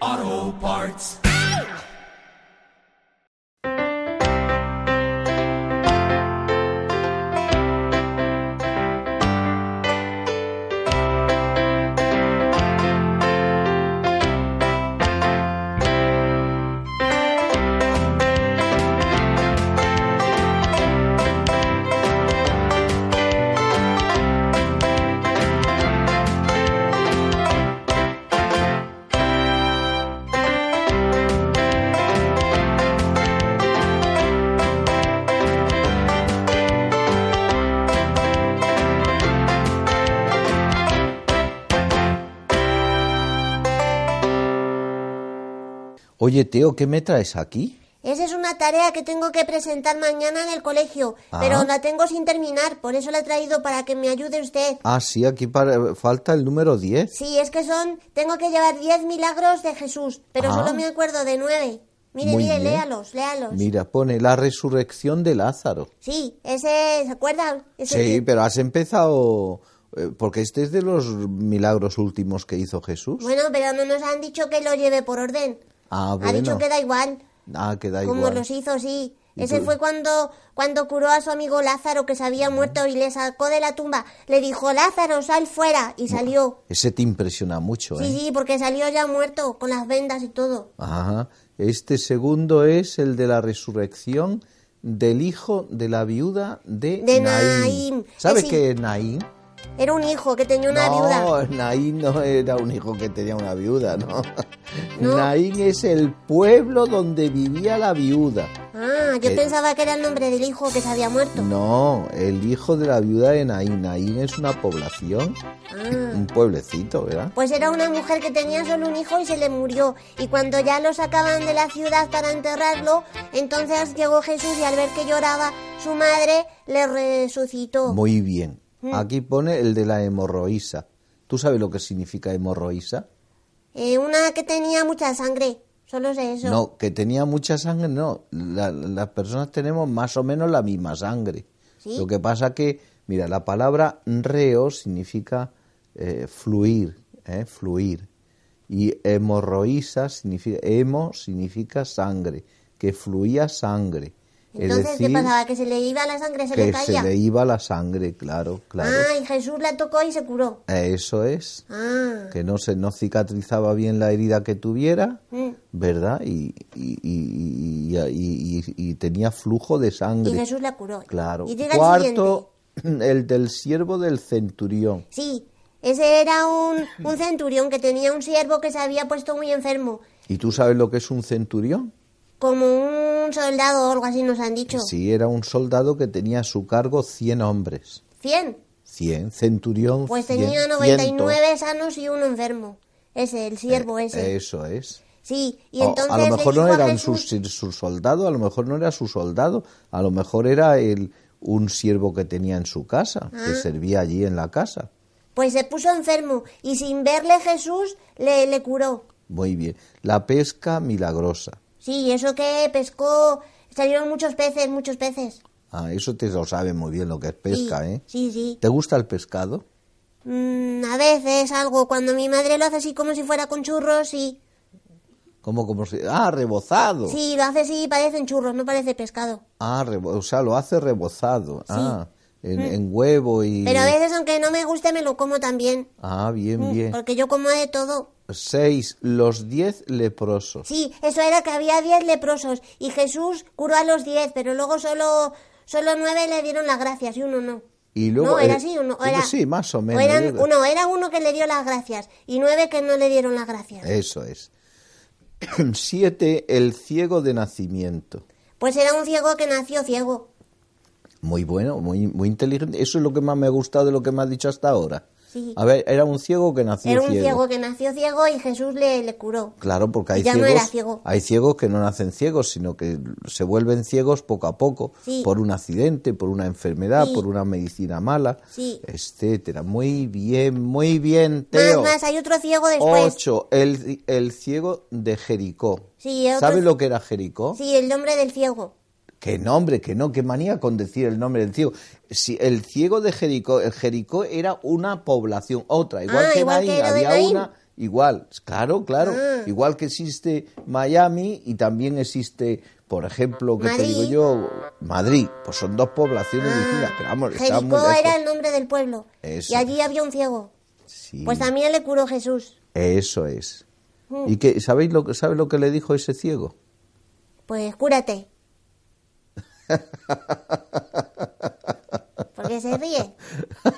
Auto Parts. Oye, Teo, ¿qué me traes aquí? Esa es una tarea que tengo que presentar mañana en el colegio, Ah. pero la tengo sin terminar, por eso la he traído para que me ayude usted. Ah, sí, aquí para- falta el número 10. Sí, es que son, tengo que llevar 10 milagros de Jesús, pero Ah. solo me acuerdo de nueve. Mire, Muy mire, bien. léalos, léalos. Mira, pone la resurrección de Lázaro. Sí, ese, ¿se acuerdan? Ese Sí, que- pero has empezado... eh, Porque este es de los milagros últimos que hizo Jesús. Bueno, pero no nos han dicho que lo lleve por orden. ah, Ha bueno. dicho que da igual, Ah, que da como igual. los hizo, sí. ¿Y pues Ese tú? fue cuando, cuando curó a su amigo Lázaro, que se había muerto, y le sacó de la tumba. Le dijo, Lázaro, sal fuera, y salió. Ese te impresiona mucho, ¿eh? Sí, sí, porque salió ya muerto, con las vendas y todo. Ajá. Este segundo es el de la resurrección del hijo de la viuda de, De Naín. Naín. ¿Sabes Ese- qué es Naín? Era un hijo que tenía una no, eh, viuda. Naín no era un hijo que tenía una viuda, ¿no? No. Naín es el pueblo donde vivía la viuda. Ah, yo Eh. pensaba que era el nombre del hijo que se había muerto. No, el hijo de la viuda de Naín. Naín es una población, Ah. un pueblecito, ¿verdad? Pues era una mujer que tenía solo un hijo y se le murió. Y cuando ya lo sacaban de la ciudad para enterrarlo, entonces llegó Jesús y al ver que lloraba, su madre le resucitó. Muy bien. Mm. Aquí pone el de la hemorroísa. ¿Tú sabes lo que significa hemorroísa? Eh, una que tenía mucha sangre. Solo sé eso. No, que tenía mucha sangre, no. La- las personas tenemos más o menos la misma sangre. ¿Sí? Lo que pasa que, mira, la palabra reo significa eh, fluir, ¿eh? fluir. Y hemorroísa significa, hemo significa sangre, que fluía sangre. Entonces, es decir, ¿qué pasaba? ¿Que se le iba la sangre? ¿Se que le se caía? le iba la sangre, claro, claro. Ah, y Jesús la tocó y se curó. Eh, Eso es Ah, que no se no cicatrizaba bien la herida que tuviera, Mm. ¿verdad? Y, y, y- y- y- y- y tenía flujo de y sangre. Jesús la curó. Claro. Y diga el siguiente. Cuarto, el del siervo del centurión. Sí, ese era un, un centurión que tenía un siervo que se había puesto muy enfermo, ¿Y tú sabes lo que es un centurión? como un soldado o algo así nos han dicho. Sí, era un soldado que tenía a su cargo 100 hombres. 100. 100, centurión. Pues 100, tenía 99 sanos y uno enfermo. Ese, el siervo 100. ese. Eso Eh, es. Sí, y O- entonces a lo mejor le dijo no a era un Jesús, su, su soldado, a lo mejor no era su soldado, a lo mejor era el, un siervo que tenía en su casa, Ah. que servía allí en la casa. pues se puso enfermo y sin verle Jesús le, le curó. Muy bien. La pesca milagrosa. Sí, eso que pescó, salieron muchos peces, muchos peces. Ah, eso te lo sabe muy bien lo que es Sí, pesca, ¿eh? Sí, sí. ¿Te gusta el pescado? Mm, a veces algo, cuando mi madre lo hace así como si fuera con churros y... ¿Cómo, cómo se... Ah, rebozado. Sí, lo hace así, parecen churros, no parece pescado. Ah, rebo- o sea, lo hace rebozado. Ah, en, en huevo y... Mm. Pero Mm, a veces, aunque no me guste, me lo como también. Ah, bien, bien. Porque yo como de todo. Seis, los diez leprosos. Sí, eso era que había diez leprosos y Jesús curó a los diez, pero luego solo, solo nueve le dieron las gracias y uno no. Y luego, no, era eh, así, uno. eh, Era, sí, más o menos, eh, O eran- yo- no, era uno que le dio las gracias y nueve que no le dieron las gracias. Eso es. Siete, el ciego de nacimiento. Pues era un ciego que nació ciego. Muy bueno, muy, muy inteligente. Eso es lo que más me ha gustado de lo que me has dicho hasta ahora. Sí. A ver, era un ciego que nació Era un ciego que nació ciego y Jesús le, le curó. Claro, porque hay Ya no ciegos, era ciego. hay ciegos que no nacen ciegos, sino que se vuelven ciegos poco a poco Sí. por un accidente, por una enfermedad, Sí. por una medicina mala, Sí. etcétera. Muy bien, muy bien, Más, Teo. más, hay otro ciego después. Ocho, el, el ciego de Jericó. Sí, otro- ¿Sabes lo que era Jericó? Sí, el nombre del ciego. Qué nombre, que no, qué manía con decir el nombre del ciego. Si el ciego de Jericó, el Jericó era una población, otra, igual Ah, que igual que Naín, lo de había Naín. una, igual, claro, claro, Ah. igual que existe Miami y también existe, por ejemplo, que te Madrid. Ah. digo yo, Madrid, pues son dos poblaciones distintas, pero vamos, está muy Jericó lejos. era el nombre del pueblo. Eso. Y allí había un ciego. Sí, Pues Mm. también le curó Jesús. eso es. ¿Y qué, sabéis lo que sabe lo que le dijo ese ciego? Pues cúrate. Porque se ríe.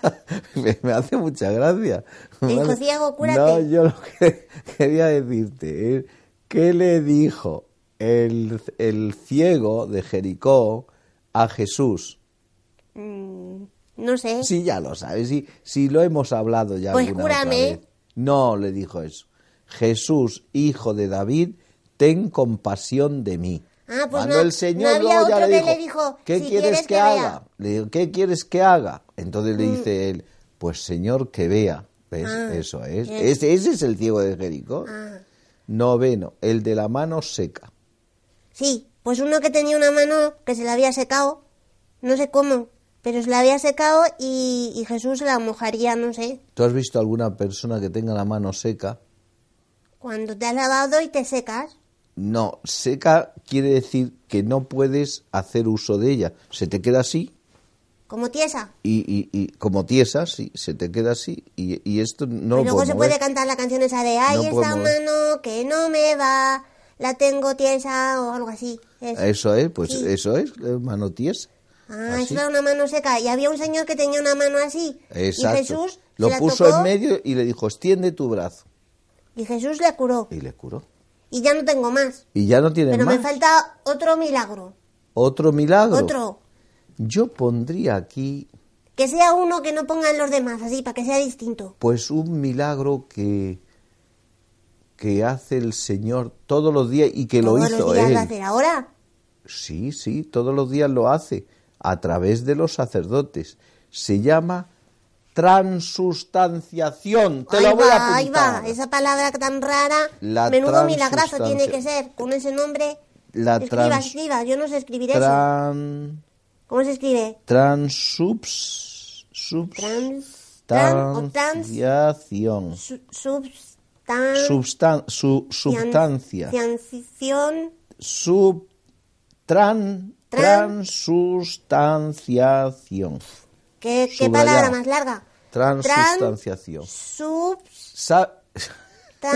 me, me hace mucha gracia. Dijo, Vale. "Ciego, cúrate". No, yo lo que quería decirte es, ¿qué le dijo el, el ciego de Jericó a Jesús? Mm, no sé. Sí, ya lo sabes, sí, sí lo hemos hablado ya Pues alguna otra cúrame. vez. No, le dijo eso. Jesús, hijo de David, ten compasión de mí. Ah, pues Cuando no- el Señor no había luego ya otro le que dijo, le dijo, ¿qué "Si quieres, quieres que, que vea". Mm. haga? Le digo, ¿qué quieres que haga? Entonces le dice él, pues Señor, que vea. ¿Ves? Ah, eso es. bien. Ese, ese es el ciego de Jericó. Ah. Noveno, el de la mano seca. Sí, pues uno que tenía una mano que se la había secado, no sé cómo, pero se la había secado y, y Jesús la mojaría, no sé, ¿Tú has visto alguna persona que tenga la mano seca? cuando te has lavado y te secas. No, seca quiere decir que no puedes hacer uso de ella. Se te queda así Como tiesa. y, y- y como tiesa, sí, se te queda así y, y esto no Pero lo luego puedo se mover. puede cantar la canción esa de Ay, No puedo esa mover. mano que no me va, la tengo tiesa o algo así. Es- Eso es, pues Sí. eso es, eh, mano tiesa. Ah, Así. eso era una mano seca. Y había un señor que tenía una mano así. Exacto. Y Jesús se lo la puso tocó en medio y le dijo, extiende tu brazo. Y Jesús la curó. Y le curó. Y ya no tengo más. Y ya no tiene Pero más. me falta otro milagro. Otro milagro. Otro. Yo pondría aquí, Que sea uno que no pongan los demás, así, para que sea distinto. pues, un milagro que que hace el Señor todos los días y que lo Todos hizo los días él. lo hacen ahora. Sí, sí, todos los días lo hace a través de los sacerdotes. Se llama transustanciación. Te ahí lo voy va, a apuntar. ahí va. Esa palabra tan rara. La menudo milagrazo transustancia- tiene que ser. Con ese nombre. La escriba, trans- escriba. Yo no sé escribir eso. Tran- ¿Cómo se escribe? transubs subs- Trans. Tran, o trans. tanciación. su- substan- Substan- su- cian- substancia. ciancición- Sub, tran, Tran. transustanciación. ¿Qué, qué Subrayado. palabra más larga? Transustanciación. Substanción. Sa-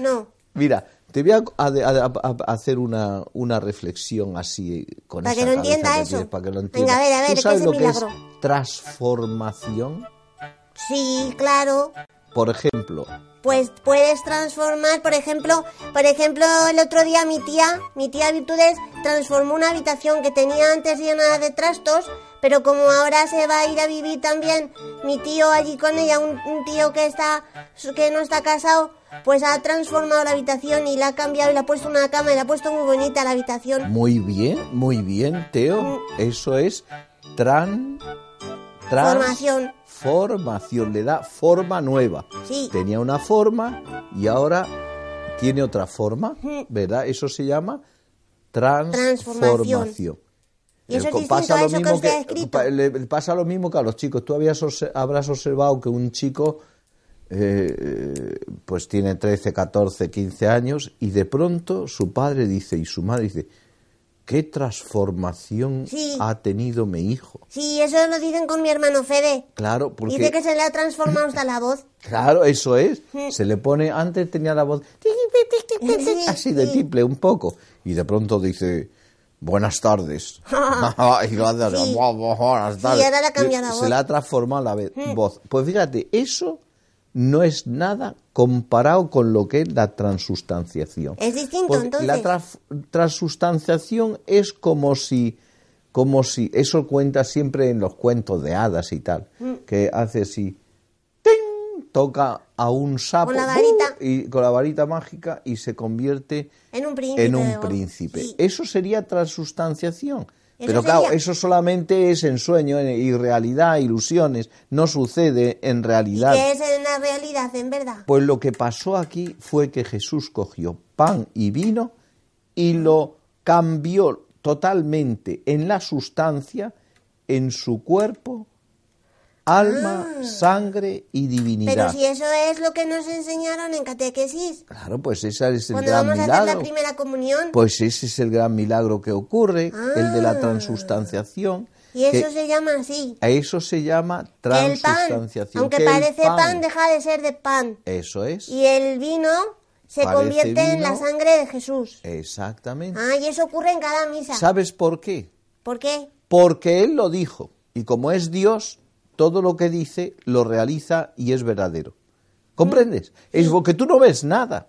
No. Mira, te voy a, a- a- a- a hacer una, una reflexión así eh, con Para esa que lo cabeza entienda que eso. tienes, para que lo Venga, entienda. a ver, a ver, ¿qué ¿Tú es sabes el lo que es milagro? transformación? Sí, claro. Por ejemplo, Pues puedes transformar, por ejemplo, por ejemplo, el otro día mi tía, mi tía Virtudes, transformó una habitación que tenía antes llena de trastos, pero como ahora se va a ir a vivir también mi tío allí con ella, un, un tío que está que no está casado, pues ha transformado la habitación y la ha cambiado y le ha puesto una cama y la ha puesto muy bonita la habitación. muy bien, muy bien, Teo. Eso es tran, Formación. Formación, le da forma nueva. Sí. Tenía una forma y ahora tiene otra forma, ¿verdad? Eso se llama transformación. Y eso Eh, es co- distinto a eso que os he escrito. pa- le- le pasa lo mismo que a los chicos. Tú habías obse- habrás observado que un chico eh, eh, pues tiene 13, 14, 15 años y de pronto su padre dice y su madre dice, ¿qué transformación Sí. ha tenido mi hijo? Sí, eso lo dicen con mi hermano Fede. Claro, porque... Dice que se le ha transformado hasta la voz. Claro, eso es. Se le pone, antes tenía la voz así de tiple un poco. Y de pronto dice, buenas tardes. y lo hace, Ah. Sí. "Buah, buah, buenas Sí, tardes". ahora le ha cambiado la Se voz. le ha transformado la ve- voz. Pues fíjate, eso no es nada comparado con lo que es la transustanciación. Pues, Es distinto, Porque entonces. La traf- transustanciación es como si como si eso cuenta siempre en los cuentos de hadas y tal, Mm. que hace así, ¡ting! toca a un sapo Con la varita. ¡uh! y con la varita mágica y se convierte En un príncipe. en de un oro. príncipe. Sí. Eso sería transustanciación. Eso Pero claro, sería- eso solamente es ensueño, en irrealidad, ilusiones, no sucede en Y realidad. que es en la realidad, en verdad. Pues lo que pasó aquí fue que Jesús cogió pan y vino y lo cambió totalmente en la sustancia, en su cuerpo, alma, sangre y Ah. Pero divinidad. si eso es lo que nos enseñaron en catequesis, Claro, pues ese es el cuando gran vamos a hacer la milagro. primera comunión, Pues ese es el gran milagro que ocurre, el de Ah. la transustanciación. y eso que se llama así. a eso se llama El pan, transustanciación. aunque que el parece pan. deja de ser de pan. Eso es. Y el vino se Parece convierte en la vino. sangre de Jesús. Exactamente. Ah, y eso ocurre en cada misa. ¿Sabes por qué? ¿Por qué? porque Él lo dijo, y como es Dios, todo lo que dice lo realiza y es verdadero. ¿Comprendes? Es porque tú no ves nada.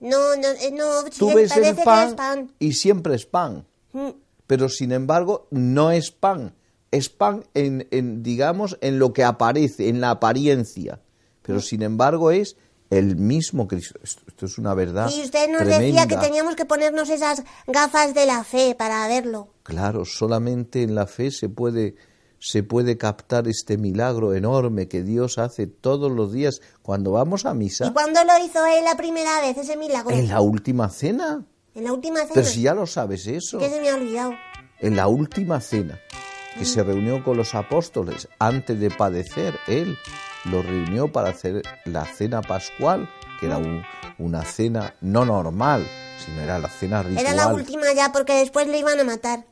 No, no, eh, no Tú sí, ves parece el que es pan, pan. y siempre es pan, Mm, pero sin embargo no es pan. Es pan en, en, digamos, en lo que aparece, en la apariencia, pero sin embargo es el mismo Cristo. Esto, esto es una verdad. Y usted nos tremenda. decía que teníamos que ponernos esas gafas de la fe para verlo. Claro, solamente en la fe se puede se puede captar este milagro enorme que Dios hace todos los días cuando vamos a ¿Y misa, cuándo lo hizo él la primera vez, ese milagro? en la última cena. En la última cena. Pero si ya lo sabes eso, Que se me ha olvidado. en la última cena que Mm. se reunió con los apóstoles antes de padecer, él los reunió para hacer la cena pascual, que Mm. era un- una cena no normal, sino era la cena ritual. Era la última ya, porque después le iban a matar.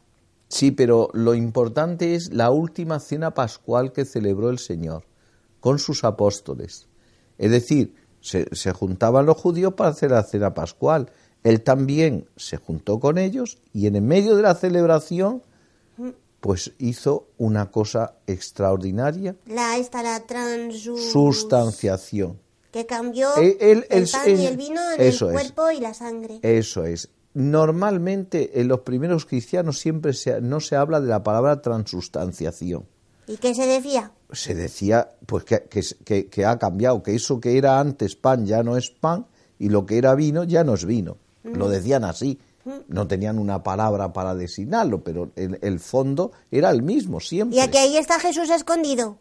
Sí, pero lo importante es la última cena pascual que celebró el Señor con sus apóstoles. Es decir, se, se juntaban los judíos para hacer la cena pascual. Él también se juntó con ellos y en el medio de la celebración, pues hizo una cosa extraordinaria, La esta, la transus... sustanciación. Que cambió Eh, él- el, él- pan él- y el vino en eso el es. Eh. cuerpo y la sangre. Eso es. Normalmente en los primeros cristianos siempre se- no se habla de la palabra transustanciación. ¿Y qué se decía? se decía pues que, que- que- que ha cambiado, que eso que era antes pan ya no es pan y lo que era vino ya no es vino. Mm. Lo decían así. No tenían una palabra para designarlo, pero el, el fondo era el mismo siempre. Y aquí ahí está Jesús escondido.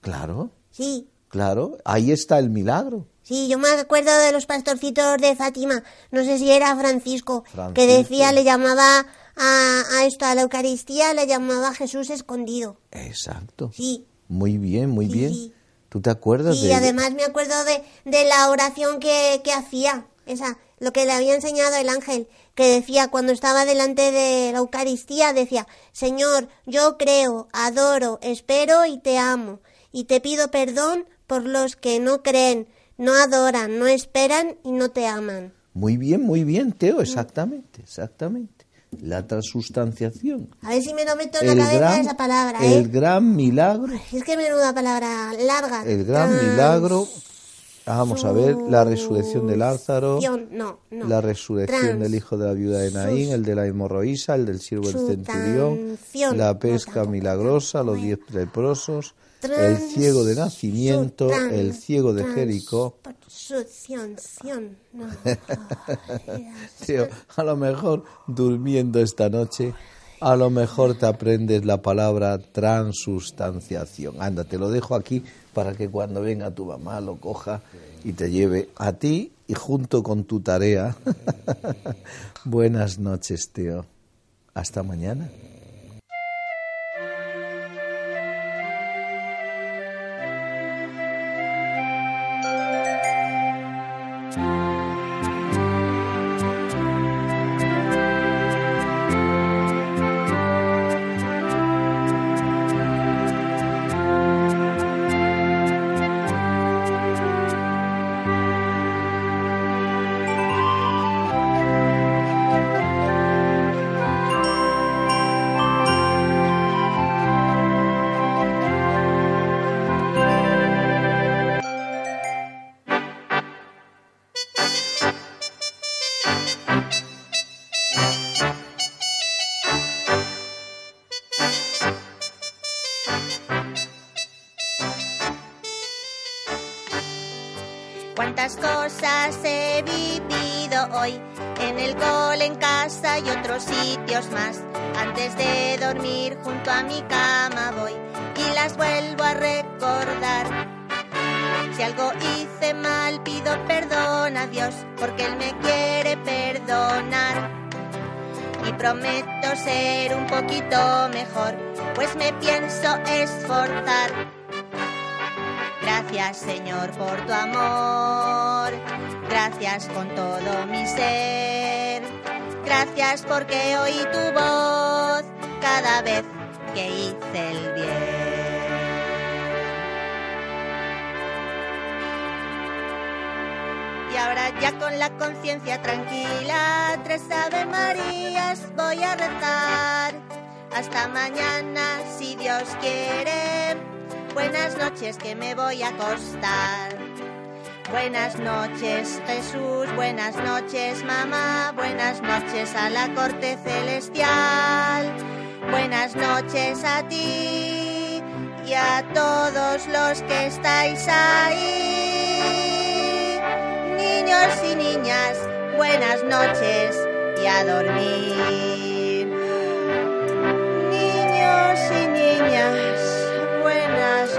Claro, Sí, claro, ahí está el milagro. Sí, yo me acuerdo de los pastorcitos de Fátima, no sé si era Francisco, que Francisco. decía, le llamaba a, a esto, a la Eucaristía, le llamaba Jesús escondido. Exacto. Sí. Muy bien, muy Sí, bien. sí. ¿Tú te acuerdas Y de además me acuerdo de, de la oración que, que hacía, esa, lo que le había enseñado el ángel, que decía cuando estaba delante de la Eucaristía, decía, Señor, yo creo, adoro, espero y te amo, y te pido perdón por los que no creen, no adoran, no esperan y no te aman. Muy bien, muy bien, Mm. Teo, exactamente, exactamente. La transustanciación. A ver si me lo meto en la cabeza esa palabra, ¿eh? el gran milagro Es que menuda palabra larga. El gran Trans- milagro, Ah, vamos a ver, la resurrección de Lázaro, Sución, no, no. la resurrección Trans- del hijo de la viuda de Naín, el de la hemorroísa, el del siervo del centurión, Sustanción. la pesca No, milagrosa, los diez leprosos, el Trans- ciego de nacimiento, Sutan- el ciego de trans- Jericó. Sución, ción, no. Tío, a lo mejor durmiendo esta noche, a lo mejor te aprendes la palabra transustanciación. Anda, te lo dejo aquí para que cuando venga tu mamá lo coja y te lleve a ti y junto con tu tarea. Buenas noches, tío. Hasta mañana. cuántas cosas he vivido hoy, en el cole, en casa y otros sitios más. Antes de dormir junto a mi cama voy y las vuelvo a recordar. Si algo hice mal, pido perdón a Dios, porque Él me quiere perdonar. Y prometo ser un poquito mejor, pues me pienso esforzar. Gracias Señor por tu amor, gracias con todo mi ser, gracias porque oí tu voz cada vez que hice el bien. Y ahora ya con la conciencia tranquila, tres Ave Marías voy a rezar. Hasta mañana, si Dios quiere. Buenas noches, que me voy a acostar. Buenas noches, Jesús. Buenas noches, mamá. Buenas noches a la corte celestial. Buenas noches a ti y a todos los que estáis ahí niños y niñas, buenas noches y a dormir. Niños y niñas, buenas